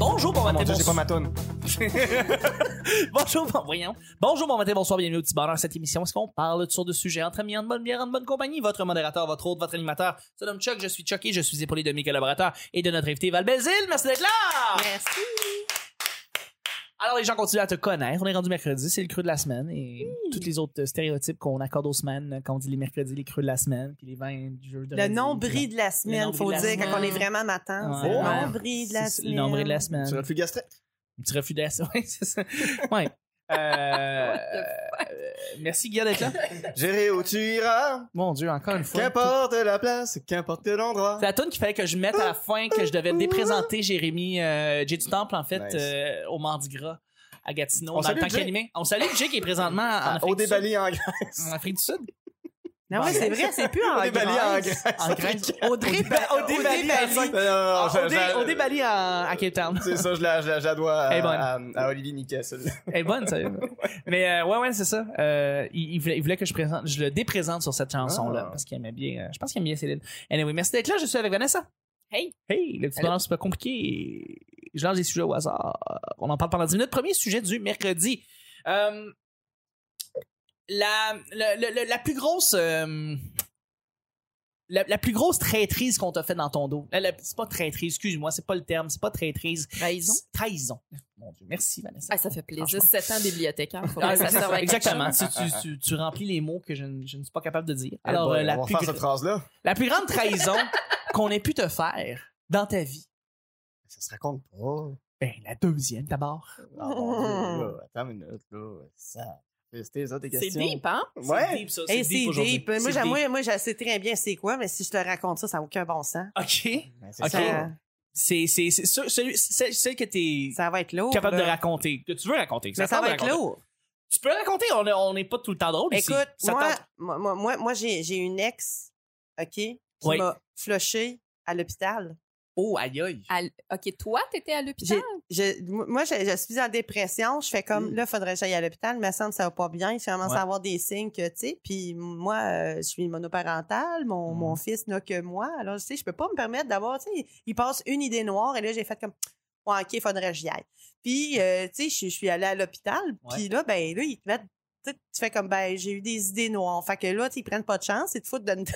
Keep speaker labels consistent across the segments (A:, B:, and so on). A: Oh pas ma toune.
B: Bonjour, bon, voyons. Bonjour, bon matin, bonsoir, bienvenue au petit bonheur. Cette émission, est-ce qu'on parle sur de sujets entre amis, en bonne bière, en bonne compagnie? Votre modérateur, votre hôte, votre animateur, se nomme Chuck, je suis Chuck et je suis épaulé de mes collaborateurs et de notre invité Val Bézil. Merci d'être là!
C: Merci.
B: Alors, les gens continuent à te connaître. On est rendu mercredi, c'est le creux de la semaine et
C: Mmh.
B: tous les autres euh, stéréotypes qu'on accorde aux semaines, euh, quand on dit les mercredis, les creux de la semaine, puis les 20 du jeu de
C: Le nombril de la semaine,
B: nombril
C: faut
B: de la
C: dire,
B: semaine.
C: quand on est vraiment matin. c'est
B: Ouais.
C: Le
A: Ouais.
C: nombril de la
B: C'est- c'est
C: semaine.
B: Le nombril de la semaine.
A: Tu refus gastrique?
B: Un petit refus d'air, ouais, c'est ça. Ouais. Euh, euh, merci Guillaume d'être là.
A: Gérer où tu iras,
B: Mon Dieu, encore une fois.
A: qu'importe la place, qu'importe l'endroit.
B: C'est la tune qu'il fallait que je mette à la fin, que je devais déprésenter Jérémy euh, Jay du Temple, en fait,
A: Nice.
B: euh, au Mardi Gras, à Gatineau,
A: On
B: dans le
A: salue
B: temps
A: Jay.
B: qu'il animait. On salue Jay qui est présentement en
A: Ah,
B: Afrique
A: Au
B: du Sud.
A: déballé en
B: En
A: Grèce.
B: Afrique du Sud.
C: Non, Ah ouais, c'est vrai, c'est plus en
A: Au déballé en
C: Grèce.
A: Grèce.
B: En Grèce. Ah,
C: Audrey,
B: Ba-
C: au
B: Audrey
C: début,
B: Bali.
A: Non, non, non, je-
B: Au dé-
A: je-
B: Au déballé Eh en- à Cape Town.
A: C'est ça, je la, je la, je la dois à,
B: Elle est bonne.
A: à, à Olivier Niquet, celle-là.
B: Elle est bonne, ça. Mais euh, ouais, ouais, c'est ça. Euh, il, il voulait, il voulait que je, présente, je le déprésente sur cette chanson-là
A: Ah.
B: parce qu'il aimait bien. euh, je pense qu'il aimait bien Céline. Anyway, merci d'être là. Je suis avec Vanessa.
C: Hey.
B: Hey, le petit
A: Hello.
B: bonheur, c'est pas compliqué. Je lance des sujets au hasard. On en parle pendant 10 minutes. Premier sujet du mercredi. Euh, la, le- le- le- la plus grosse. euh, la, la plus grosse traîtrise qu'on t'a fait dans ton dos. La- la- C'est pas traîtrise, excuse-moi, c'est pas le terme, c'est pas traîtrise.
D: Trahison.
B: C'est Trahison. Mon Dieu, merci Vanessa.
D: Ah, ça fait plaisir.
B: Franchement.
D: 7 ans bibliothécaire. Faut
B: Ah,
D: que ça
B: c'est
D: serve
B: ça,
D: à quelque
B: exactement.
D: chose.
B: Tu, tu- tu- tu remplis les mots que je, ne- je ne suis pas capable de dire. Alors,
A: Eh ben,
B: euh, la,
A: on va
B: plus
A: faire
B: gr-
A: cette phrase-là.
B: la plus grande trahison qu'on ait pu te faire dans ta vie,
A: Ça se raconte pas. Oh,
B: ben, la deuxième d'abord.
A: mon Dieu, là, attends une minute, là. Ça. C'était ça tes
D: C'est
A: questions.
D: deep, hein?
B: C'est
A: Ouais.
B: deep, ça.
C: Hey,
B: C'est deep
C: Eh, c'est
B: aujourd'hui.
C: deep. Moi,
B: C'est
C: j'aime- moi, moi, je sais très bien c'est quoi, mais si je te raconte ça, ça n'a aucun bon sens.
B: OK.
A: Ben, c'est
B: Ok.
A: ça.
C: Ça,
B: C'est c'est- c'est ce- celui- celle celle que t'es
C: ça va être lourd.
B: capable
C: là.
B: de raconter, que tu veux raconter. que
C: Mais ça
B: tente de
C: va être
B: raconter.
C: lourd.
B: Tu peux raconter, on est- on n'est pas tout le temps drôle ici.
C: Écoute,
B: Ça
C: moi,
B: tente.
C: moi, moi, moi, moi, j'ai j'ai une ex, OK, qui
B: Oui.
C: m'a flushée à l'hôpital.
B: Oh, aïe aïe.
D: À l- OK, toi, t'étais à l'hôpital?
C: J'ai- je- moi, je, je suis en dépression. Je fais comme,
B: Mm.
C: là, faudrait que j'aille à l'hôpital. Il me semble que ça va pas bien. Je commence
B: Ouais.
C: à avoir des signes que, tu sais, puis moi, euh, je suis monoparentale. Mon,
B: Mm.
C: mon fils n'a que moi. Alors, tu sais, je peux pas me permettre d'avoir, tu sais, il passe une idée noire. Et là, j'ai fait comme, ouais, OK, faudrait que j'y aille. Puis, euh, tu sais, je, je suis allée à l'hôpital. Puis là, ben là, ils te mettent, tu sais, tu fais comme, ben, j'ai eu des idées noires. Fait que là, tu sais, ils prennent pas de chance. Ils te foutent d'une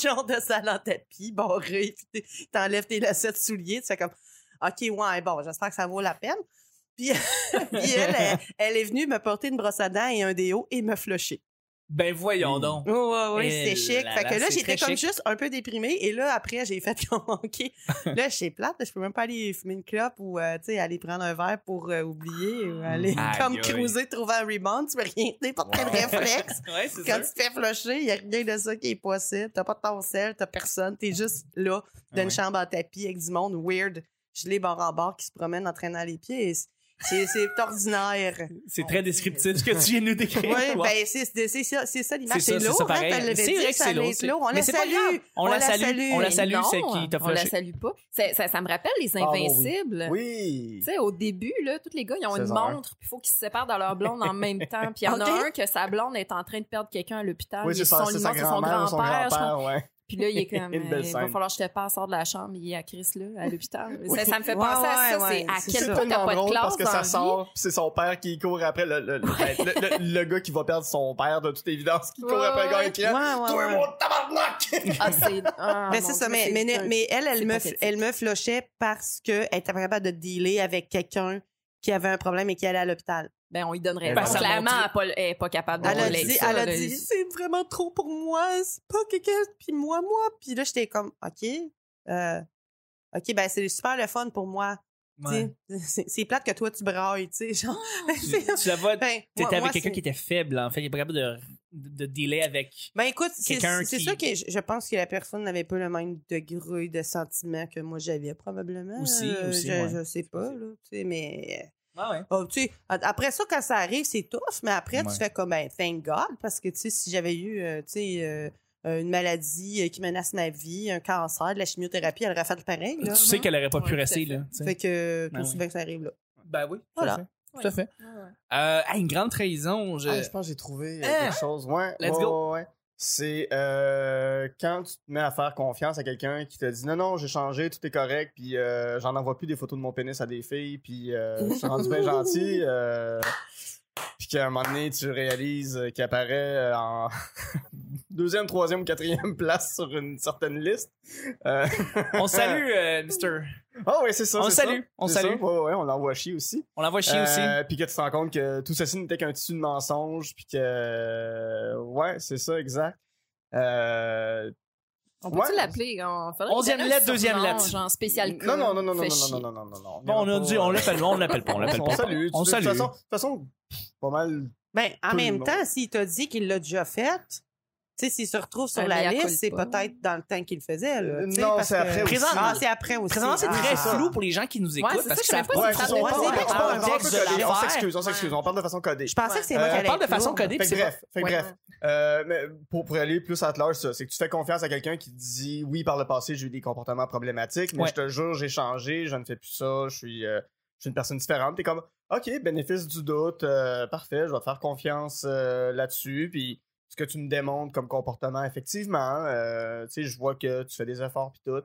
C: genre de salle en tapis, barré. Puis t'es- t'enlèves tes lacets de souliers. Tu fais comme, OK, ouais, bon, j'espère que ça vaut la peine. Puis, puis elle, elle, elle est venue me porter une brosse à dents et un déo et me flusher.
B: Ben voyons donc.
C: Oui, oui, oui,
B: Et
C: c'était chic.
B: là,
C: fait que
B: là,
C: là,
B: c'est
C: j'étais
B: très
C: comme
B: chic.
C: juste un peu déprimée. Et là, après, j'ai fait comme, OK, là, je suis plate, je peux même pas aller fumer une clope ou, euh, tu sais, aller prendre un verre pour euh, oublier ou aller
B: Ah! Aïe,
C: comme
B: aïe.
C: cruiser, trouver un rebound. Tu peux rien, n'importe quel
A: Wow.
C: réflexe.
B: Ouais, c'est
C: Quand
B: ça.
C: tu te fais flusher, il n'y a rien de ça qui est possible. T'as pas de ton sel, t'as personne. T'es juste là, dans
B: Ouais.
C: une chambre en tapis avec du monde weird, gelé bord en bord qui se promène en traînant les pieds. Et c'est- C'est c'est ordinaire.
B: C'est très descriptif ce que tu viens de nous décrire.
C: Oui,
B: Wow.
C: ben c'est c'est ça, c'est ça l'image.
B: C'est ça,
C: C'est
B: c'est
C: lourd,
B: ça
C: hein,
B: pareil.
C: t'as levé
B: C'est
C: dit,
B: vrai que
C: ça
B: c'est
C: allait
B: lourd,
C: être
B: c'est-
C: lourd. On
B: mais
C: la
B: c'est pas grave.
C: salue.
B: On la salue, on la
D: Mais
B: salue,
D: non,
B: celle qui t'a
D: On la
B: flushé.
D: salue pas. C'est- Ça, ça me rappelle les
A: Ah, oui.
D: invincibles.
A: Oui.
D: Tu sais, au début, là, tous les gars, ils ont une
A: Saison un.
D: montre, puis il faut qu'ils se séparent dans leur blonde en même temps. Puis il y en
C: Ok.
D: a un que sa blonde est en train de perdre quelqu'un à l'hôpital.
A: Oui,
D: Il est
A: c'est
D: sur
A: ça,
D: son
A: c'est
D: lit
A: sa
D: mort, c'est son
A: grand-mère, son
D: grand-père. je pense.
A: grand-père, ouais.
D: Puis là, il est comme,
A: Une belle
D: euh, il va
A: scène.
D: falloir que je te passe hors de la chambre, il est à Chris, là, à l'hôpital.
C: Oui.
D: Ça, ça me fait
C: Ouais,
D: penser à ça,
C: ouais, ouais.
D: c'est à
A: C'est
D: quel point t'as
A: tellement
D: pas de
A: drôle
D: classe
A: parce que
D: dans la
A: ça
D: vie.
A: sort, puis c'est son père qui court après le, le, le, le- le- le gars qui va perdre son père de toute évidence, qui court
D: Ouais,
A: après le gars et
D: ouais.
A: qui
C: Ouais,
A: crie
C: ouais,
A: Toi,
C: ouais.
A: mon tabarnak!
D: Ah, c'est ah,
C: Mais ben,
D: mon
C: c'est ça,
D: Dieu,
C: mais,
D: c'est
C: mais,
D: un-
C: mais elle, elle
D: c'est
C: me,
D: pathétique.
C: elle me flochait parce qu'elle était pas capable de dealer avec quelqu'un qui avait un problème et qui allait à l'hôpital.
D: Ben, on lui donnerait.
A: Ben,
D: raison.
A: ça
D: Clairement,
B: montre-
D: elle est pas- elle est pas capable de
C: Ah, Elle a
A: Ouais,
D: relayer
C: dit,
D: ça,
C: elle a
D: là.
C: dit, c'est vraiment trop pour moi, c'est pas quelqu'un, puis moi, moi. Puis là, j'étais comme, OK, euh, OK, ben c'est super le fun pour moi. tu
B: Ouais.
C: sais. C'est c'est plate que toi, tu brailles, tu sais. genre.
B: Tu,
C: C'est-
B: tu la vois,
C: ben, moi-
B: t'étais
C: moi,
B: avec quelqu'un
C: c'est-
B: qui était faible, en fait. Il est pas capable de, de, de dealer avec.
C: Ben écoute, c'est
B: quelqu'un
C: c'est
B: qui-
C: sûr que je, je pense que la personne n'avait pas le même degré de sentiment que moi j'avais probablement.
B: Aussi,
C: Euh,
B: aussi,
C: je,
B: ouais.
C: je sais pas, là, tu sais, mais...
B: Ah ouais.
C: Oh, tu sais, a- après ça, quand ça arrive, c'est tough, mais après,
B: Ouais.
C: tu fais comme, ben, thank God, parce que, tu sais, si j'avais eu, euh, tu sais, euh, euh, une maladie euh, qui menace ma vie, un cancer, de la chimiothérapie, elle aurait fait le pareil,
B: Tu
C: là.
B: sais qu'elle aurait pas
D: Ouais,
B: pu
D: tout à
B: rester,
D: fait.
B: là. tu sais.
C: Fait que,
B: Ben
C: tout
B: oui.
C: souvent que ça arrive, là.
B: Ben oui. tout à
C: Voilà.
B: fait.
D: Ouais.
B: Tout à fait.
D: Ouais, ouais.
B: Euh, hey, une grande trahison. je-
A: Ah, je pense que j'ai trouvé euh,
B: Hein?
A: quelque chose. Ouais,
B: Let's
A: ouais,
B: go.
A: ouais, ouais. c'est euh, quand tu te mets à faire confiance à quelqu'un qui te dit non, non, j'ai changé, tout est correct, puis euh, j'en envoie plus des photos de mon pénis à des filles, puis euh, je suis rendu bien gentil. euh, puis qu'à un moment donné, tu réalises euh, qu'il apparaît euh, en deuxième, troisième ou quatrième place sur une certaine liste. Euh,
B: On salue, euh, Mister.
A: Ah oui, c'est ça.
B: On
A: c'est ça.
B: salue, on
A: C'est ça.
B: salue.
A: Ouais, ouais, on l'envoie chier aussi.
B: On l'envoie chier aussi.
A: Euh, Puis que tu te rends compte que tout ceci n'était qu'un tissu de mensonge, puis que. Ouais, c'est ça, exact. Euh,
D: On peut-tu
A: Ouais.
D: l'appeler? On faudrait
B: Onzième
D: lui donner un
B: lettre, deuxième
D: surnom,
B: lettre.
D: Genre spécial
A: Non, non, non, non, non,
D: fait
A: non,
D: chier.
A: non, non, non, non, non.
B: Bon, on a
A: Pas,
B: dit,
A: euh,
B: on l'appelle pas, on l'appelle pas, on l'appelle
A: On
B: pas.
A: salue.
B: On
A: tu sais,
B: salue.
A: De toute façon, de toute façon, pas mal.
C: Ben, en
A: Tout le
C: même
A: monde.
C: temps, s'il t'a dit qu'il l'a déjà fait, tu sais, s'il se retrouve sur
D: Un
C: la
D: mea
C: liste, c'est
D: culpa.
C: peut-être dans le temps qu'il le faisait.
B: Euh,
C: là, tu sais,
A: Euh, Non,
C: parce
A: c'est
C: que-
A: après aussi.
B: Présentement-
C: Ah, c'est après aussi.
B: Présentement, c'est
C: Ah.
B: très
A: ça.
B: flou pour les gens qui nous écoutent
D: Ouais, c'est ça,
B: parce
D: je
B: que
D: sais
B: savent
D: pas
B: pas
D: si
A: Ouais,
D: ça
A: c'est ça,
D: rappelait
A: on
D: pas,
A: parle- on
D: on
A: parle-
D: parle
A: on parle
B: texte de
A: pas codé, On
B: l'affaire.
A: s'excuse, on s'excuse. On parle de façon codée.
C: Je pensais que c'est moi
A: Euh,
C: qui
B: On
C: allais
B: parle de
C: être
B: façon
C: lourde.
B: codée, puis
A: Fait que
B: c'est
A: bref, fait que
D: Ouais.
A: bref. Euh, mais pour, pour aller plus à l'heure, ça, c'est que tu fais confiance à quelqu'un qui te dit oui, par le passé, j'ai eu des comportements problématiques, mais
B: Ouais.
A: je te jure, j'ai changé, je ne fais plus ça, je suis, euh, je suis une personne différente. T'es comme OK, bénéfice du doute, euh, parfait, je vais te faire confiance euh, là-dessus, puis ce que tu me démontres comme comportement, effectivement, euh, tu sais, je vois que tu fais des efforts, puis tout.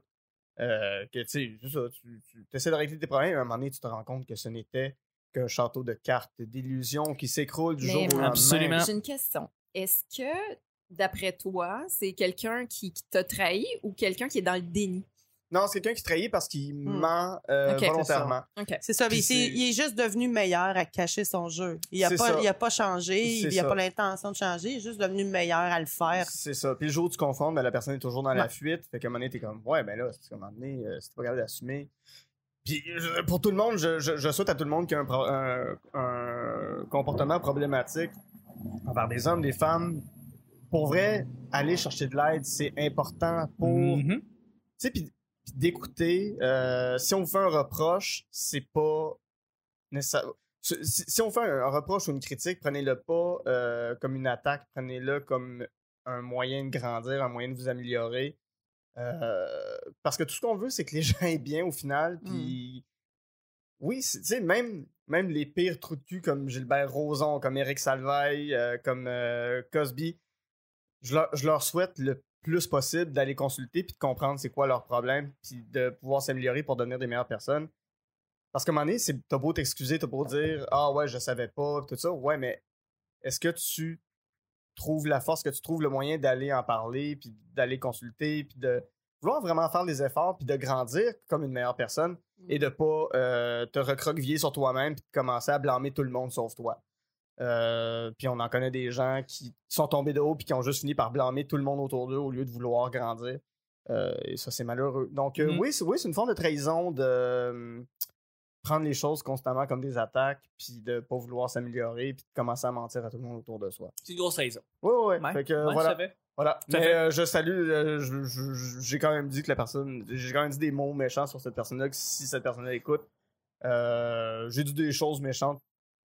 A: Euh, que tu sais, c'est ça, tu, essaies de régler tes problèmes, mais à un moment donné, tu te rends compte que ce n'était qu'un château de cartes d'illusions qui s'écroule du
D: Mais
A: jour au lendemain.
B: absolument.
D: J'ai une question. Est-ce que, d'après toi, c'est quelqu'un qui, qui t'a trahi ou quelqu'un qui est dans le déni?
A: Non, c'est quelqu'un qui trahit parce qu'il
C: Hmm.
A: ment euh,
D: Ok, c'est
A: volontairement.
C: C'est ça, mais
A: Puis
C: c'est-
A: c'est-
C: il est juste devenu meilleur à cacher son jeu. Il n'a
A: C'est
C: pas,
A: ça.
C: il a pas changé,
A: C'est
C: il n'a
A: ça.
C: pas l'intention de changer, il est juste devenu meilleur à le faire.
A: C'est ça. Puis le jour où tu confonds, ben, la personne est toujours dans la
C: Ouais.
A: fuite. Fait qu'à un moment donné, t'es comme, ouais, ben là, c'est qu'à un moment donné, euh, si t'es pas capable d'assumer. Puis je- pour tout le monde, je, je- je souhaite à tout le monde qu'il y ait un, pro- un- un comportement problématique envers des hommes, des femmes. Pour vrai, aller chercher de l'aide, c'est important pour
C: Mm.
B: Mhm.
A: tu sais, puis puis d'écouter. euh, si on vous fait un reproche, c'est pas nécessaire. Si, si- si on fait un, un reproche ou une critique, prenez-le pas euh, comme une attaque, prenez-le comme un moyen de grandir, un moyen de vous améliorer. Euh, parce que tout ce qu'on veut, c'est que les gens aient bien au final. Puis oui, c'est- tu sais, même, même les pires trous de cul comme Gilbert Rozon, comme Eric Salvaille, euh, comme euh, Cosby, je leur, je leur souhaite le plus possible d'aller consulter puis de comprendre c'est quoi leur problème puis de pouvoir s'améliorer pour devenir des meilleures personnes. Parce qu'à un moment donné, c'est- t'as beau t'excuser, t'as beau dire Ah ouais, je savais pas, tout ça. Ouais, mais est-ce que tu trouves la force, que tu trouves le moyen d'aller en parler puis d'aller consulter puis de vouloir vraiment faire les efforts puis de grandir comme une meilleure personne et de pas euh, te recroqueviller sur toi-même puis de commencer à blâmer tout le monde sauf toi. Euh, puis on en connaît des gens qui sont tombés de haut puis qui ont juste fini par blâmer tout le monde autour d'eux au lieu de vouloir grandir. Euh, et ça, c'est malheureux. Donc, euh,
B: Mhm.
A: oui, c'est oui, c'est une forme de trahison de euh, prendre les choses constamment comme des attaques puis de pas vouloir s'améliorer puis de commencer à mentir à tout le monde autour de soi.
B: C'est une grosse trahison.
A: Oui, oui,
B: Ouais.
A: Fait
B: Ouais,
A: que, Euh, voilà.
B: tout à fait.
A: Voilà.
B: Tout à
A: Mais
B: fait.
A: euh, je salue, euh, je- je- je- j'ai quand même dit que la personne, j'ai quand même dit des mots méchants sur cette personne-là, que si cette personne-là écoute, euh, j'ai dit des choses méchantes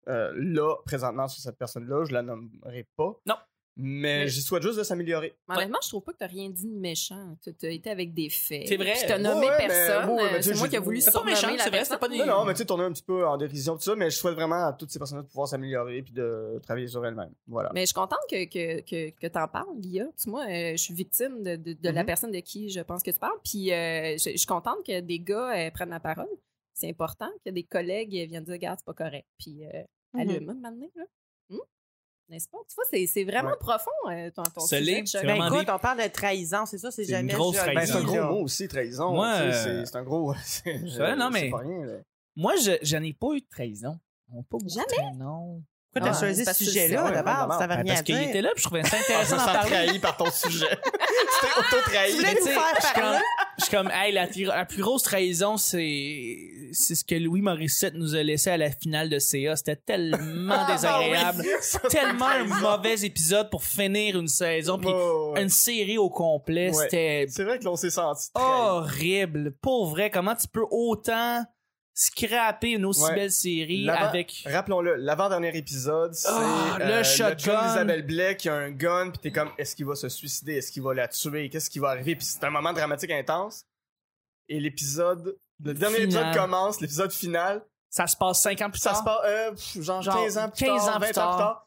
A: euh, là, présentement, sur cette personne-là, je la nommerai pas.
B: Non.
A: Mais,
D: Mais-
A: j'y souhaite juste de s'améliorer.
D: Mais honnêtement, je trouve pas que t'as rien dit de méchant. T'as t'as été avec des faits.
B: C'est vrai.
D: Puis t'as
A: Ouais,
D: nommé
A: ouais, mais
D: personne.
A: bon, mais
D: Euh,
A: tu sais,
D: c'est moi
A: j'ai-
D: qui ai voulu
B: C'est pas
D: surnommer
B: méchant,
D: la
B: c'est vrai,
D: personne.
B: c'est pas des-
A: Non, non, mais tu sais, tourner un petit peu en dérision, tout ça, mais je souhaite vraiment à toutes ces personnes-là de pouvoir s'améliorer puis de travailler sur elles-mêmes.
B: Ah.
A: Voilà.
D: Mais je suis contente que, que, que, que t'en parles, Guilla. Tu sais, moi, euh, je suis victime de, de, de la
A: Mhm.
D: personne de qui je pense que tu parles. Puis euh, je, je suis contente que des gars euh, prennent la parole. C'est important que des collègues euh, viennent dire, regarde, c'est pas correct. Puis euh,
B: Mhm.
D: allume maintenant, là. Hum? N'est-ce pas? Tu vois, c'est- c'est vraiment
A: Ouais.
D: profond, euh, ton, ton
B: Ce
D: sujet,
B: livre,
D: Chuck.
B: c'est
C: Ben
B: Vraiment
C: écoute,
B: des-
C: on parle de trahison, c'est ça, c'est
B: C'est une
C: jamais
B: grosse
C: joli,
A: Ben, c'est un gros
C: là.
A: mot aussi, trahison.
B: Moi,
A: tu sais,
B: euh,
A: c'est c'est un gros. C'est
B: vrai, non, mais-
A: c'est pas rien, là.
B: Moi, je- j'en ai pas eu de trahison. On a pas beaucoup
D: Jamais?
B: trahi- Non.
C: Pourquoi t'as
D: Ah,
C: choisi ce
D: parce que
C: sujet-là
A: c'est-
C: d'abord? Ça va
B: Ben,
C: rien
B: parce
C: à
B: qu'il
C: dire.
B: était là, puis je trouvais ça
A: Ah,
B: intéressant
A: je me
B: d'en
A: sens
B: parler.
A: trahi par ton sujet. C'était auto-trahi.
C: voulais
B: Mais tu
C: nous
B: sais,
C: faire
B: je suis
C: parler.
B: comme- Je suis comme, hey, la, tir- la plus grosse trahison, c'est c'est ce que Louis Morissette nous a laissé à la finale de CA. C'était tellement désagréable, tellement un mauvais épisode pour finir une saison, puis une série au complet.
A: Ouais.
B: C'était
A: C'est vrai que l'on s'est senti trahi.
B: Oh. horrible. Pour vrai, comment tu peux autant scraper une aussi
A: Ouais. euh,
B: belle série
A: L'avant-
B: avec...
A: Rappelons-le, l'avant-dernier épisode, c'est
B: Ah, le shotgun.
A: chum d'Isabelle Blais qui a un gun, puis t'es comme, est-ce qu'il va se suicider, est-ce qu'il va la tuer, qu'est-ce qui va arriver, puis c'est un moment dramatique intense. Et l'épisode, le dernier
B: Final.
A: épisode commence, l'épisode final,
B: Ça se passe cinq ans plus
A: ça
B: tard.
A: se passe, euh, pff, Ah. genre,
B: Genre
A: 15 ans plus
B: 15
A: tard,
B: ans plus
A: 20 ans plus tard.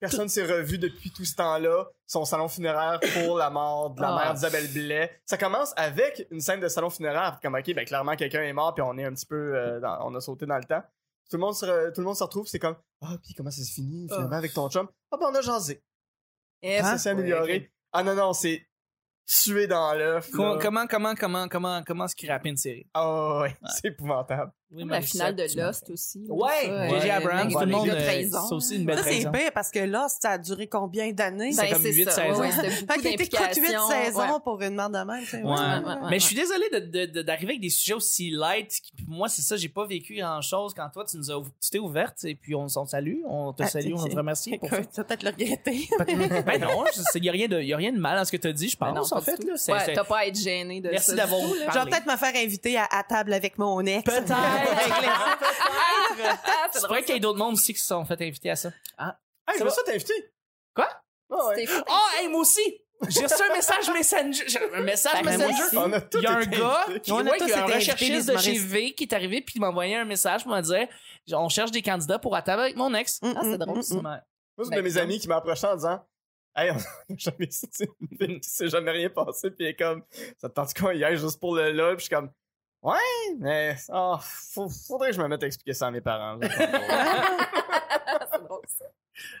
A: Personne s'est revu depuis tout ce temps-là. Son salon funéraire pour la mort de la
D: Ah.
A: mère d'Isabelle Blais. Ça commence avec une scène de salon funéraire. Comme, OK, ben, clairement, quelqu'un est mort, puis on est un petit peu... euh, dans- on a sauté dans le temps. Tout le monde se, re- tout le monde se retrouve, c'est comme... Ah, Hein? puis comment ça se finit, finalement, avec ton chum? Ah, ben, on a jasé.
B: Hein?
D: Eh,
A: ça s'est amélioré. Ah non, non, c'est tué dans l'œuf.
B: Co-
A: là.
B: Comment, comment, comment, comment, comment scraper une série?
A: Ah ouais, c'est épouvantable.
B: Oui,
D: Comme
B: mais
D: la finale
B: ça,
D: de
B: tu m'en-
D: Lost aussi. là,
B: Ouais,
D: ça,
B: J.J.
D: euh,
B: Abrams,
D: les
B: tout le monde.
D: gars de
B: euh,
D: trahison,
B: C'est aussi une
D: là.
B: belle
C: Ça, c'est
B: trahison.
C: pire parce que là, ça a duré combien d'années?
B: Ben,
C: Ça
D: Ben,
B: comme
D: c'est
B: huit
D: ça.
B: saisons.
D: Ouais, ouais, c'était
C: fait
D: beaucoup
C: qu'il était quoi, 8
D: d'implications.
C: saisons
D: Ouais. Ben
C: pour une merde de même, tu sais.
B: Ouais.
D: Ouais.
B: Mais je suis désolé de- de- de- d'arriver avec des sujets aussi light. qui- Moi, c'est ça, j'ai pas vécu grand-chose quand toi, tu nous as, ouv- tu t'es ouverte et puis on s'en salue, on te
C: Ah,
B: salue, on te
C: ok.
B: remercie pour ça.
C: Écoute, Tu vas peut-être le regretter.
B: ben non, il y a rien de, y a rien de mal à ce que tu as dit, je
D: Ben non,
B: pense,
D: pas
B: en
D: du
B: fait.
D: tout.
B: Là, C'est-
D: Ouais,
B: c'est-
D: t'as pas à être gêné de
B: Merci
D: ça.
B: d'avoir
C: Je vais
B: parlé.
C: peut-être me faire inviter à, à table avec mon ex.
D: Ah,
B: C'est
D: drôle,
B: vrai qu'il y a d'autres mondes aussi qui se sont fait inviter à ça.
A: Ah, je
B: Ça
A: veux
B: va?
A: ça t'inviter.
B: Quoi?
A: Ah
D: ça.
A: ouais.
D: C'était fou.
B: Ah, hey, moi aussi! J'ai reçu un message Messenger. j'ai- Un message
D: Ben, moi
B: Messenger.
A: On a tout
B: Il y a un
A: été
B: gars,
A: invités.
B: qui
C: On a
B: ouais,
C: tous
B: il y a un
C: été invités,
B: recherchiste
C: les
B: de chez
C: humoristes.
B: V qui est arrivé puis il m'a envoyé un message pour me dire on cherche des candidats pour à table avec mon ex.
C: Mm,
D: Ah, c'est
C: mm,
D: drôle,
C: mm,
D: ça.
C: mm.
B: Ouais.
A: Moi, c'est une de mes
D: Ben,
A: amies qui m'a approché en disant Hey, on n'a jamais su, c'est une fille qui s'est jamais rien passé, puis elle est comme Ça te tente qu'on y aille juste pour le là, puis je suis comme Ouais, mais ah, faut- faudrait que je me mette à expliquer ça à mes parents. là.
D: C'est drôle, ça.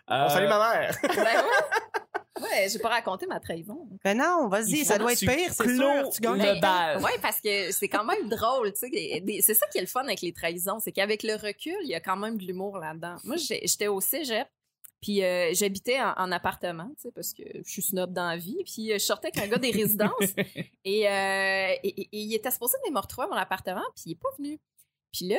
A: on
B: Euh,
A: salue ma mère.
D: Ben ouais. Ouais, j'ai pas raconté ma trahison.
C: Ben non,
B: Il
C: vas-y, ça
B: faut
C: doit
B: que
C: être
B: tu
C: pire, c'est
B: clôt
C: sûr. Tu gagnes
B: le
D: Ben,
B: bal.
D: Ouais, parce que c'est quand même drôle, tu sais. des- C'est ça qui est le fun avec les trahisons, c'est qu'avec le recul, il y a quand même de l'humour là-dedans. Moi, j'ai- j'étais au cégep, puis euh, j'habitais en, en appartement, tu sais, parce que je suis snob dans la vie, puis euh, je sortais avec un gars des résidences, et, euh, et- et- et il était supposé venir me retrouver à mon appartement, puis il est pas venu. Puis là,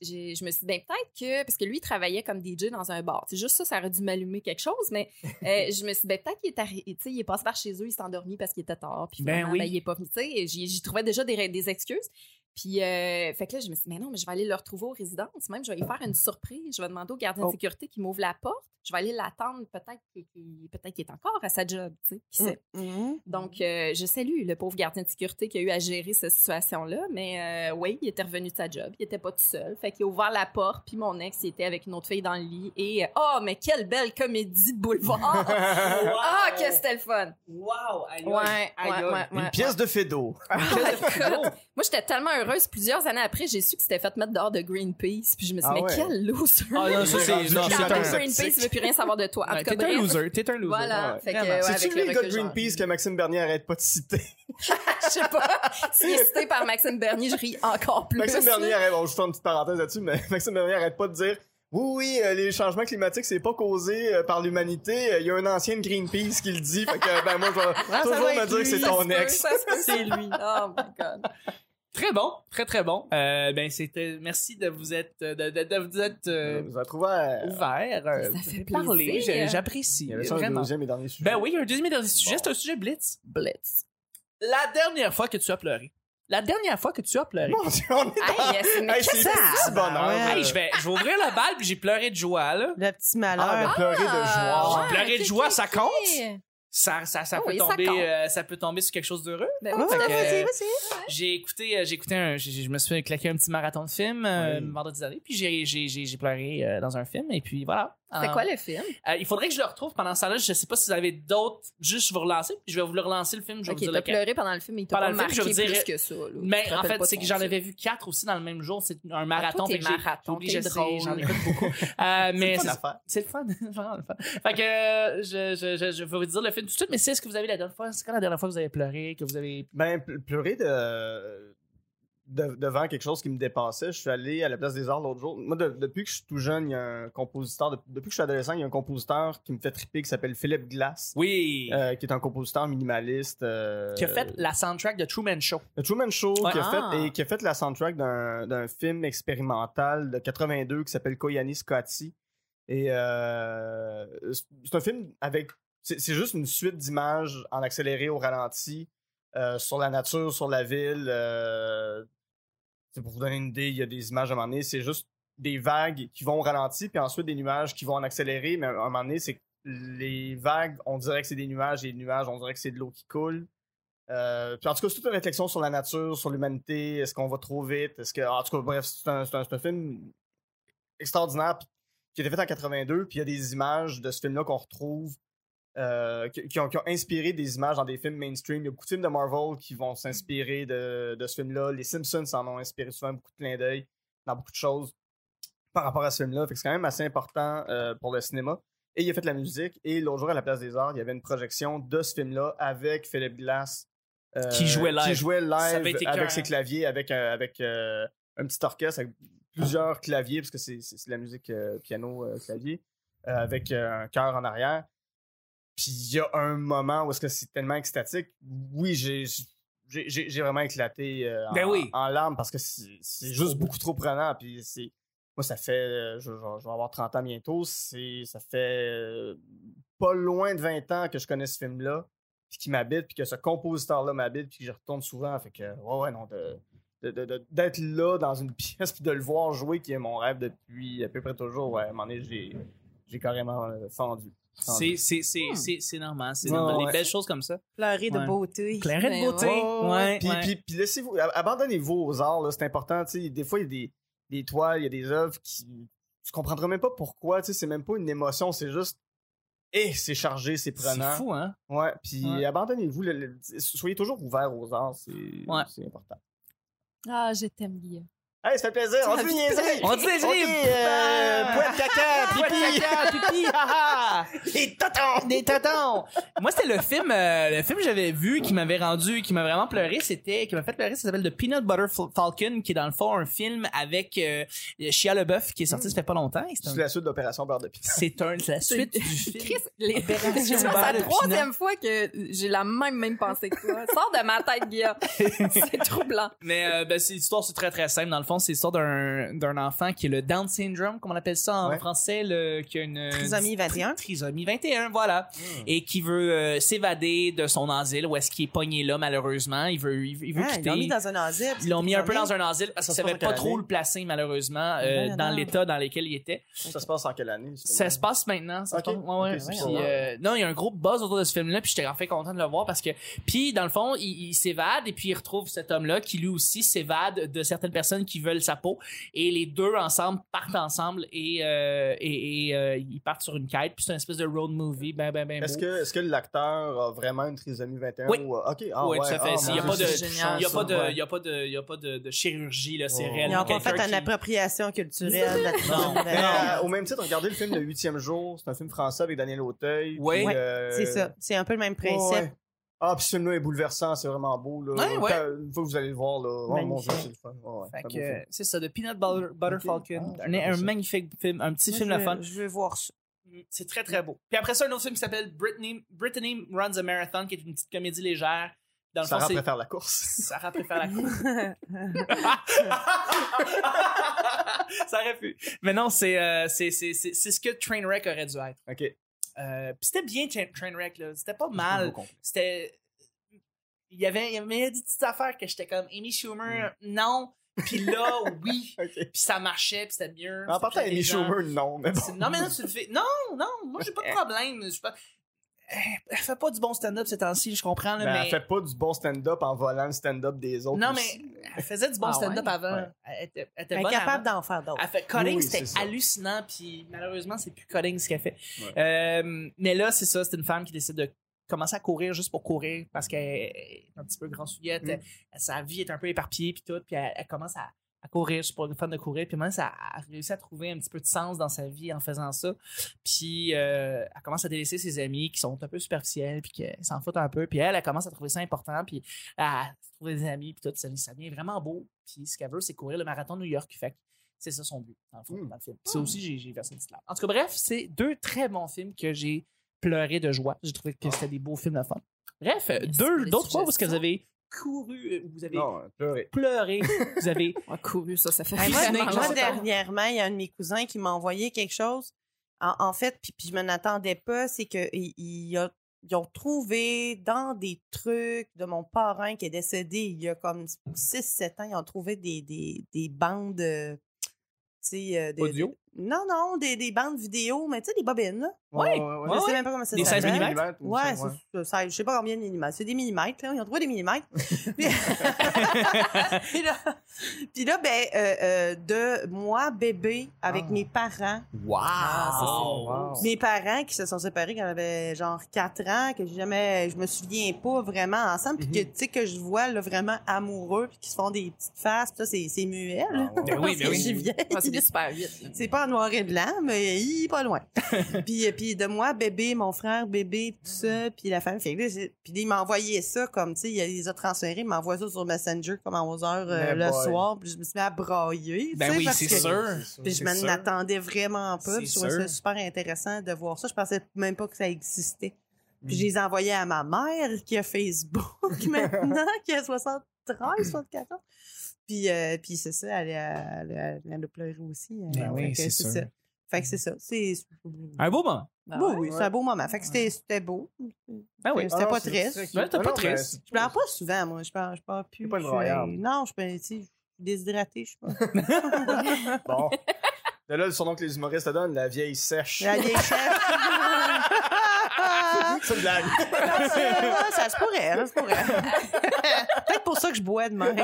D: j'ai- je me suis dit, ben, peut-être que, parce que lui, il travaillait comme DJ dans un bar. C'est juste ça, ça aurait dû m'allumer quelque chose, mais euh, je me suis dit, ben, peut-être qu'il est, arri- tu sais, il est passé par chez eux, il s'est endormi parce qu'il était tard. Puis
B: Ben
D: finalement,
B: oui.
D: ben, il est pas venu. Tu sais, j'y j'y trouvais déjà des, ra- des excuses. Puis, euh, fait que là, je me suis dit, mais non, mais je vais aller le retrouver aux résidences. Même, je vais lui faire une surprise. Je vais demander au gardien
C: Oh.
D: de sécurité qu'il m'ouvre la porte. Je vais aller l'attendre. Peut-être qu'il peut qu'il est encore à sa job, tu sais,
B: Mm.
D: qui sait.
C: Mhm.
D: Donc,
B: Mm-hmm.
D: euh, je salue le pauvre gardien de sécurité qui a eu à gérer cette situation-là, mais euh, oui, il était revenu de sa job, il était pas tout seul. Fait qu'il a ouvert la porte, puis mon ex, il était avec une autre fille dans le lit, et euh, oh, mais quelle belle comédie de
A: Euh,
D: boulevard!
A: oh,
D: Ah, que c'était le fun!
B: Wow! aïe,
D: Ouais,
B: aïe.
D: ouais, ouais, ouais, ouais.
A: de Fédo.
D: Écoute, Moi, j'étais tellement heureuse. Plusieurs années après, j'ai su que c'était fait mettre dehors de Greenpeace, puis je me suis dit,
A: Ah
D: mais
A: ouais.
D: quel loser!
B: Ah non, ça, c'est. non,
A: Quand
B: c'est
A: même,
B: un-
D: Greenpeace, il veut plus rien savoir de toi. En
B: Ouais,
D: tout cas,
B: T'es un
D: bref.
B: loser. T'es un loser.
D: Voilà.
B: Ouais.
D: Fait que,
B: Vraiment.
D: euh, ouais,
A: C'est-tu
D: avec le
A: les gars de
D: recul, genre-
A: Greenpeace que Maxime Bernier arrête pas de citer?
D: Je sais pas. Si il est cité par Maxime Bernier, je ris encore plus.
A: Maxime Bernier arrête, bon, je fais une petite parenthèse là-dessus, mais Maxime Bernier arrête pas de dire oui, oui, euh, les changements climatiques, c'est pas causé euh, par l'humanité. Euh, Il y a un ancien de Greenpeace qui le dit. Fait que, ben, moi, je vais
C: Ah, ça
A: toujours
C: doit
A: me
C: être
A: dire que c'est
C: lui,
A: ton
D: Ça se peut,
A: ex.
D: ça se peut, C'est lui. Oh my god.
B: Très bon. Très, très bon. Euh, ben, c'était. Merci de vous être. De, de, de vous être euh,
A: Vous avez trouvé à-
B: ouvert. euh,
D: Ça fait
B: parler.
D: plaisir.
B: J'ai- J'apprécie.
A: Il y avait ça dans le
B: Vraiment.
A: deuxième et dernier sujet.
B: Ben oui, il y a un deuxième et dernier sujet. C'est un sujet blitz.
D: Blitz.
B: La dernière fois que tu as pleuré. La dernière fois que tu as pleuré.
A: Mon Dieu, on est dans...
D: Hey, yes, mais
A: Hey,
D: qu'est-ce
A: c'est
D: que
A: ça,
C: ça?
A: bonheur.
C: Ah ouais.
D: euh,
B: Hey, je vais, je vais ouvrir la balle puis j'ai pleuré de joie, là.
C: Le petit
A: Ah,
C: malheur.
A: ben, pleurer de joie.
D: Ah,
B: Pleurer de
D: ok,
B: joie,
D: ok, Ben
B: ça compte?
D: c'est?
B: Ça, ça, ça,
D: Ah
B: peut
D: oui, ça
B: tomber,
D: compte.
B: euh, ça peut tomber sur quelque chose d'heureux.
D: Ben
C: Ouais,
D: oui,
B: Fait
C: ouais,
B: que-
C: vas-y, vas-y.
B: J'ai écouté, euh, j'ai écouté un, j'ai- j'ai- je me suis claqué un petit marathon de films euh,
A: Oui.
B: vendredi dernier, puis j'ai, j'ai, j'ai, j'ai pleuré euh, dans un film, et puis voilà.
D: C'était
B: Euh,
D: quoi le film?
B: euh, Il faudrait que je le retrouve pendant ça là. Je sais pas si vous avez d'autres. Juste, je vais vous relancer, puis je vais vous le relancer le film. Je vais
D: Ok,
B: vous dire
D: t'as
B: lequel.
D: pleuré pendant le film, mais il t'a
B: Pendant
D: pas
B: le film,
D: marqué
B: je veux dire-
D: plus que ça. là. Tu
B: Mais
D: te
B: en
D: rappelles
B: fait,
D: pas
B: c'est
D: de
B: que
D: son
B: j'en avais vu quatre aussi dans le même jour. C'est un marathon.
D: toi, t'es
B: fait que j'ai-
D: marathon,
B: j'oublie,
D: t'es
B: je sais,
D: drôle.
B: j'en écoute beaucoup. Euh, mais
A: C'est une affaire.
B: c'est le fun, vraiment le fun. Fait que euh, je, je, je, je vais vous dire le film tout de suite, mais c'est ce que vous avez la dernière fois. C'est quand la dernière fois que vous avez pleuré, que vous avez.
A: Ben, ple- pleurer de... de- devant quelque chose qui me dépassait. Je suis allé à la place des arts l'autre jour. Moi, de- depuis que je suis tout jeune, il y a un compositeur. de- depuis que je suis adolescent, il y a un compositeur qui me fait triper qui s'appelle Philippe Glass.
B: Oui.
A: euh, qui est un compositeur minimaliste. euh,
B: qui a fait la soundtrack de Truman Show.
A: Le Truman Show,
B: Ouais.
A: qui, a
D: Ah.
A: fait, et qui a fait la soundtrack d'un d'un film expérimental de 82 qui s'appelle Koyani Scotty. Et euh, c'est- c'est un film avec. C'est c'est juste une suite d'images en accéléré au ralenti euh, sur la nature, sur la ville. euh, c'est pour vous donner une idée, il y a des images à un moment donné, c'est juste des vagues qui vont au ralenti, puis ensuite des nuages qui vont en accéléré, mais à un moment donné, c'est que les vagues, on dirait que c'est des nuages, et les nuages, on dirait que c'est de l'eau qui coule. Euh, puis en tout cas, c'est toute une réflexion sur la nature, sur l'humanité, est-ce qu'on va trop vite, est-ce que... En tout cas, bref, c'est un, c'est un- c'est un film extraordinaire, puis qui a été faite en 82, puis il y a des images de ce film-là qu'on retrouve, euh, qui, qui ont, qui ont inspiré des images dans des films mainstream. Il y a beaucoup de films de Marvel qui vont s'inspirer de, de ce film-là. Les Simpsons s'en ont inspiré souvent, beaucoup de clins d'œil dans beaucoup de choses par rapport à ce film-là. Fait que C'est quand même assez important euh, pour le cinéma. Et il a fait de la musique. Et l'autre jour, à la Place des Arts, il y avait une projection de ce film-là avec Philip Glass. euh,
B: Qui jouait live.
A: Qui jouait
B: Ça avait
A: live
B: été écœurant.
A: avec ses claviers, avec, un- avec euh, un petit orchestre, avec plusieurs claviers, parce que c'est c'est- c'est de la musique euh, piano, euh, clavier, euh, avec euh, un cœur en arrière. Puis il y a un moment où est-ce que c'est tellement extatique. Oui, j'ai j'ai- j'ai- j'ai vraiment éclaté euh, en,
B: Ben oui.
A: en larmes parce que c'est c'est juste beaucoup trop prenant. Puis c'est moi, ça fait. euh, Je, je- je vais avoir 30 ans bientôt. C'est, ça fait euh, pas loin de 20 ans que je connais ce film-là, puis qu'il m'habite, puis que ce compositeur-là m'habite, puis que j'y retourne souvent. Fait que, ouais, ouais, non, de, de- de- de- d'être là dans une pièce, puis de le voir jouer, qui est mon rêve depuis à peu près toujours, ouais, à un moment donné, j'ai, j'ai carrément euh, fendu.
B: C'est- C'est c'est- c'est- c'est normal. C'est
A: Ouais,
B: normal.
A: ouais.
B: Des belles choses comme ça.
C: Pleurer de
B: Ouais.
C: beauté.
B: Clairet de
D: Ben
B: beauté.
A: Ouais,
B: Ouais,
A: Puis,
B: ouais.
A: puis- puis laissez-vous, ab- abandonnez-vous aux arts, là, c'est important. tu sais, Des fois, il y a des, des toiles, il y a des œuvres qui. Tu comprendras même pas pourquoi, tu sais, c'est même pas une émotion, c'est juste. Et c'est chargé, c'est
B: C'est
A: prenant.
B: fou, hein?
A: Ouais, puis
B: Ouais.
A: abandonnez-vous. le- le- soyez toujours ouvert aux arts, c'est
B: Ouais.
A: c'est important.
D: Ah, je t'aime, Guillaume.
A: Hey, ça fait plaisir, on
C: Ça
A: dit
C: fait
A: niaiserie!
B: On dit des
A: Ok, euh,
B: Ah!
A: poids de caca,
B: Poids de
A: pipi!
B: caca, pipi, haha!
A: Et tonton!
B: Des tatons! Moi, c'était le film, euh, le film que j'avais vu qui m'avait rendu, qui m'a vraiment pleuré, c'était, qui m'a fait pleurer, ça s'appelle The Peanut Butter Fal- Falcon, qui est dans le fond un film avec euh, Chia Leboeuf qui est sorti ça fait pas longtemps. C'est
A: C'est
B: un,
A: la suite d'Opération Beurre de Pizza.
B: c'est un- c'est la suite du film.
D: Chris, les
B: Opération
D: C'est
B: Bar
D: la
B: de
D: troisième fois que j'ai la même même pensée que toi. Sors de ma tête, Guillaume. C'est troublant.
B: Mais euh, ben, c'est l'histoire, c'est très très simple. Dans le fond, c'est l'histoire d'un d'un enfant qui a le Down syndrome, comme on appelle ça en
A: Ouais.
B: français, le, qui a une
C: Trisomie 21.
B: trisomie 21, voilà. Et qui veut euh, s'évader de son asile, où est-ce qu'il est pogné là, malheureusement. Il veut, il veut, il veut
C: Ah, ils
B: quitter.
C: l'ont mis dans un asile.
B: Ils l'ont mis un peu dans un asile parce
A: Ça
B: qu'ils
A: se
B: savaient
A: passe en quelle
B: pas trop
A: année?
B: le placer, malheureusement, euh,
C: Non, non,
B: dans
C: non.
B: l'état dans lequel il était.
A: Ça se passe en quelle année? justement?
B: Ça se passe maintenant. Ça se
A: Ok.
B: passe- ouais, ouais.
A: Ok, c'est
B: Puis,
A: ça.
B: euh, non, il y a un gros buzz autour de ce film-là, puis j'étais en fait content de le voir parce que. Puis, dans le fond, il, il s'évade et puis il retrouve cet homme-là qui lui aussi s'évade de certaines personnes qui veulent sa peau. Et les deux ensemble partent ensemble et, euh, et, et, euh, ils partent sur une quête. Puis c'est une espèce de road movie. Ben, ben, ben. beau.
A: Est-ce que, est-ce que l'acteur a vraiment une trisomie 21?
B: Oui.
A: Ou, ok, ah,
B: Oui,
A: ouais,
B: tout à fait.
A: ah,
B: S'il y a
A: mon
B: pas
A: Dieu,
B: de-
A: c'est
B: Il n'y a
A: génial,
B: pas
A: ça.
B: de,
A: Ouais.
B: il y a pas de, il y a pas de, de chirurgie, là. C'est
A: Oh.
B: réel.
C: Ils ont pas fait
B: Quelqu'un
C: une
B: qui-
C: appropriation culturelle. de la
B: Non.
C: trisomie
A: Mais,
C: 21.
A: euh, au même titre, regardez le film Le Huitième Jour. C'est un film français avec Daniel Auteuil.
B: Ouais.
A: puis, euh,
C: C'est ça. C'est un peu le même
A: ouais,
C: principe.
A: ouais. Ah, puis ce film-là est bouleversant, c'est vraiment beau. Là.
B: Ouais, ouais.
A: Quand- Une fois que vous allez le voir, là, oh, mon Dieu,
C: Magnifique.
A: c'est le fun. Ouais, ouais,
B: Fait
A: un beau
B: que,
A: film.
B: c'est ça, de Peanut Butter, Butter
A: Ok.
B: Falcon.
A: Ah,
B: un, un
A: d'accord, ça.
B: magnifique film, un petit
C: Moi,
B: film
C: je
B: le
C: veux-
B: fun.
C: Je veux voir ça.
B: C'est très, très beau. Puis après ça, un autre film qui s'appelle Brittany, Brittany Runs a Marathon, qui est une petite comédie légère. Dans le
A: Sarah
B: fond,
A: préfère la course.
B: c'est... Sarah préfère la course. ça aurait pu. Mais non, c'est, euh, c'est, c'est, c'est, c'est ce que Trainwreck aurait dû être.
A: Ok.
B: Euh, puis c'était bien Train- Trainwreck, là. C'était pas
A: Je vous
B: mal.
A: comprends.
B: C'était... Il y avait, il y avait des petites affaires que j'étais comme Amy Schumer,
A: Mm.
B: non. Puis là, oui.
A: Ok.
B: Puis ça marchait, puis c'était mieux.
A: En
B: C'était
A: partant,
B: plus
A: Amy
B: intelligent.
A: Schumer, non. Mais bon. Eh.
B: C'est- Non, mais là, tu le fais. Non, non, moi, j'ai pas de problème. Je suis pas... Elle fait pas du bon stand-up ces temps-ci, je comprends, là,
A: Mais
B: mais.
A: Ben, elle fait pas du bon stand-up en volant le stand-up des autres.
B: Non,
A: aussi.
B: mais elle faisait du bon
D: Ah
B: stand-up
D: ouais?
B: avant.
A: Ouais.
B: Elle était, elle était bonne
C: Incapable
B: avant.
C: d'en faire d'autres.
B: Elle fait cutting,
A: Oui, c'est
B: c'était
A: ça.
B: hallucinant, puis malheureusement, c'est plus cutting ce qu'elle fait. Euh, mais là, c'est ça, c'est une femme qui décide de commencer à courir juste pour courir parce qu'elle est un petit peu grand souillette.
A: Mm.
B: Elle- elle- Sa vie est un peu éparpillée, puis tout, puis elle, elle commence à, à courir juste pour une femme de courir. Puis maintenant, ça a réussi à trouver un petit peu de sens dans sa vie en faisant ça. Puis euh, elle commence à délaisser ses amis qui sont un peu superficiels, puis qu'elle s'en foutent un peu. Puis elle, elle commence à trouver ça important, puis à se trouver des amis, puis tout. Ça, ça devient vraiment beau. Puis ce qu'elle veut, c'est courir le marathon de New York. Fait que c'est ça son but, dans le, fond,
A: Mm.
B: dans le film. Puis Hmm. ça aussi, j'ai- j'ai versé une petite larme. En tout cas, bref, c'est deux très bons films que j'ai pleuré de joie. J'ai trouvé que c'était des beaux films de fun. Bref,
D: Merci pour
B: deux,
D: les
B: d'autres fois où est-ce que vous
D: suggestions.
B: avez couru, euh, vous avez
A: Non, pleurer.
B: pleuré, vous avez.
D: On a couru, Ah, ça, ça fait
C: Ben, moi,
D: vraiment
C: moi,
B: j'en
D: longtemps.
B: sais pas.
C: dernièrement, il y a un de mes cousins qui m'a envoyé quelque chose. En, en fait, puis, puis je m'en attendais pas, c'est qu'ils ils ont trouvé dans des trucs de mon parrain qui est décédé il y a comme 6-7 ans, ils ont trouvé des, des, des bandes. euh, tu sais, euh, de-
B: Audio?
C: Non, non, des, des bandes vidéo, mais tu sais, des bobines, là.
B: Ouais,
A: ouais.
C: je
B: Ah ouais.
C: sais même pas comment ça
B: Des 16
C: s'appelle.
B: millimètres?
A: millimètres, ou
C: Ouais,
A: ça,
C: c'est- c'est- ça, je sais pas combien de millimètres. C'est des millimètres, là. Ils ont trouvé des millimètres. Puis- Puis là, Puis là, ben, euh, euh, de moi, bébé, avec
A: Ah.
C: mes parents,
B: Wow!
A: Ah, ça, c'est-
C: mes parents qui se sont séparés quand j'avais genre 4 ans, que j'ai jamais, je me souviens pas vraiment ensemble, puis que, tu sais, que je vois là, vraiment amoureux, puis qui se font des petites faces, puis ça, c'est, c'est muet, là.
A: Ah, ouais.
B: Ben oui, ben
C: Parce que
B: oui.
C: je suis vieille.
D: Ah, c'est des super vite.
C: C'est pas en noir et blanc, mais hi, pas loin. puis, euh, puis de moi, bébé, mon frère, bébé, tout ça, puis la femme. Fait que là, j'ai- puis il m'a envoyé ça comme, tu sais, il les a transférés, il m'envoie ça sur Messenger comme à 11h
A: Mais
C: le
A: boy.
C: soir, puis je me suis mis à brailler. tu
B: Ben
C: sais,
B: oui,
C: parce
B: c'est
C: que-
B: sûr.
C: Puis je
B: C'est
C: m'en
B: sûr.
C: attendais vraiment pas. puis Je
B: C'est
C: trouvais ça
B: sûr.
C: super intéressant de voir ça. Je pensais même pas que ça existait. Puis
B: Mm.
C: je les envoyais à ma mère qui a Facebook maintenant, qui a 73, 74. Puis, euh, puis c'est ça, elle, a- elle, a- elle a pleuré aussi. euh,
B: Ben oui,
C: fait que
B: c'est sûr.
C: ça. Fait que c'est ça. C'est
B: Un beau moment.
D: Ah,
C: Bon, oui, c'est
A: Ah Ouais.
C: un beau moment. Fait que c'était c'était beau.
B: Ben oui.
C: C'était pas triste.
A: Ben,
B: Ouais, t'es pas triste.
C: Je pleure pas souvent, moi. Je pleure, je pleure plus.
A: T'es pas
C: je
A: le
C: suis-
A: royal.
C: Non, je peux, tu sais, je suis déshydratée, je sais pas.
A: Bon. De là, le surnom que les humoristes te donnent, la vieille sèche.
C: La vieille chef.
A: C'est une blague.
C: Ah, ça, ça se pourrait, hein, ça se pourrait. Peut-être pour ça que je bois de même.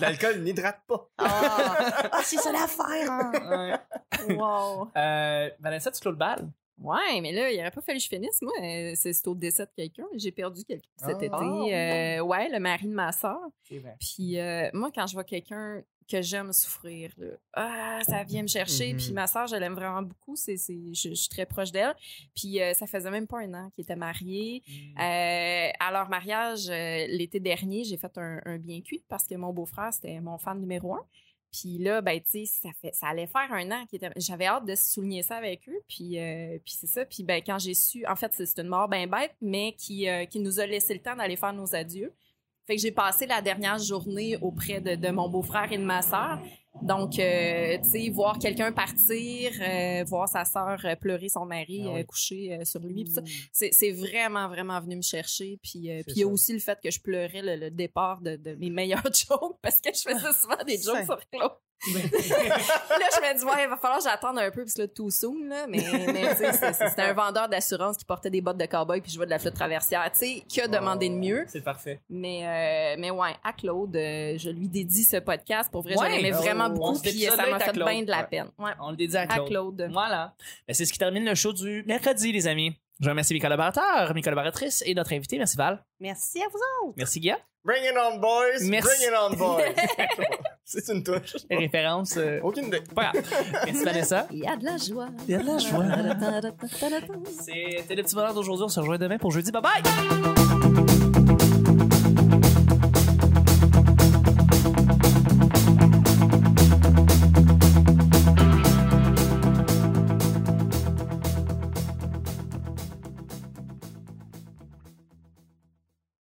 A: L'alcool n'hydrate pas.
C: Ah, Ah, c'est ça l'affaire. hein.
D: Wow.
B: Euh, Vanessa, tu clôt le bal?
D: Ouais, mais là, il aurait pas fallu que je finisse. Moi, euh, c'est c'est au décès de quelqu'un. J'ai perdu quelqu'un cet
A: Ah.
D: été.
A: Ah.
D: Euh, ouais, le mari de ma soeur. Puis euh, moi, quand je vois quelqu'un que j'aime souffrir, là, ah, ça vient me chercher.
A: Mhm.
D: Puis ma soeur, je l'aime vraiment beaucoup. C'est, c'est- je, je suis très proche d'elle. Puis euh, ça faisait même pas un an qu'ils étaient mariés. Euh, à leur mariage, euh, l'été dernier, j'ai fait un, un bien cuit parce que mon beau-frère, c'était mon fan numéro un. Puis là, ben, tu sais, ça, fait- ça allait faire un an. qu'ils étaient- J'avais hâte de souligner ça avec eux. Puis, euh, puis c'est ça. Puis ben, quand j'ai su, en fait, c'est c'est une mort bien bête, mais qui, euh, qui nous a laissé le temps d'aller faire nos adieux. Fait que j'ai passé la dernière journée auprès de, de mon beau-frère et de ma sœur. Donc, euh, tu sais, voir quelqu'un partir, euh, voir sa sœur euh, pleurer son mari
A: Ah oui.
D: euh, couché euh, sur lui, puis ça, c'est c'est vraiment, vraiment venu me chercher. Puis euh,
A: C'est
D: puis il y a
A: ça.
D: aussi le fait que je pleurais le, le départ de, de mes meilleurs jokes parce que je faisais souvent des jokes
C: C'est-
D: sur Claude.
B: Ben.
D: Puis là, je me dis, ouais, il va falloir que j'attende un peu, puis là, tout soon, là. Mais, mais tu sais, c'est- c'est- c'était un vendeur d'assurance qui portait des bottes de cowboy puis je vois de la flotte traversière. Tu sais, que demander de
B: Oh.
D: mieux?
B: C'est parfait.
D: Mais, euh, mais ouais, à Claude, euh, je lui dédie ce podcast. Pour vrai,
B: Ouais.
D: je l'aimais vraiment
A: Oh,
D: beaucoup,
B: cet
D: puis euh, ça
B: épisode-là
D: m'a
B: est à
D: fait
B: Claude.
D: bien de la
B: Ouais.
D: peine. Ouais.
B: On le dédie à
D: À
B: Claude.
D: Claude.
B: Voilà. Ben, c'est ce qui termine le show du mercredi, les amis. Je remercie mes collaborateurs, mes collaboratrices et notre invité. Merci Val.
C: Merci à vous autres.
B: Merci Guillaume.
A: Bring it on, boys.
B: Merci.
A: Bring it on, boys. C'est une touche.
B: Référence. euh,
A: Aucune idée.
B: Pas grave. Merci Vanessa.
D: Il y a de la joie.
B: Il y a de la joie.
D: joie.
B: C'était le petit bonheur d'aujourd'hui. On se rejoint demain pour jeudi. Bye bye!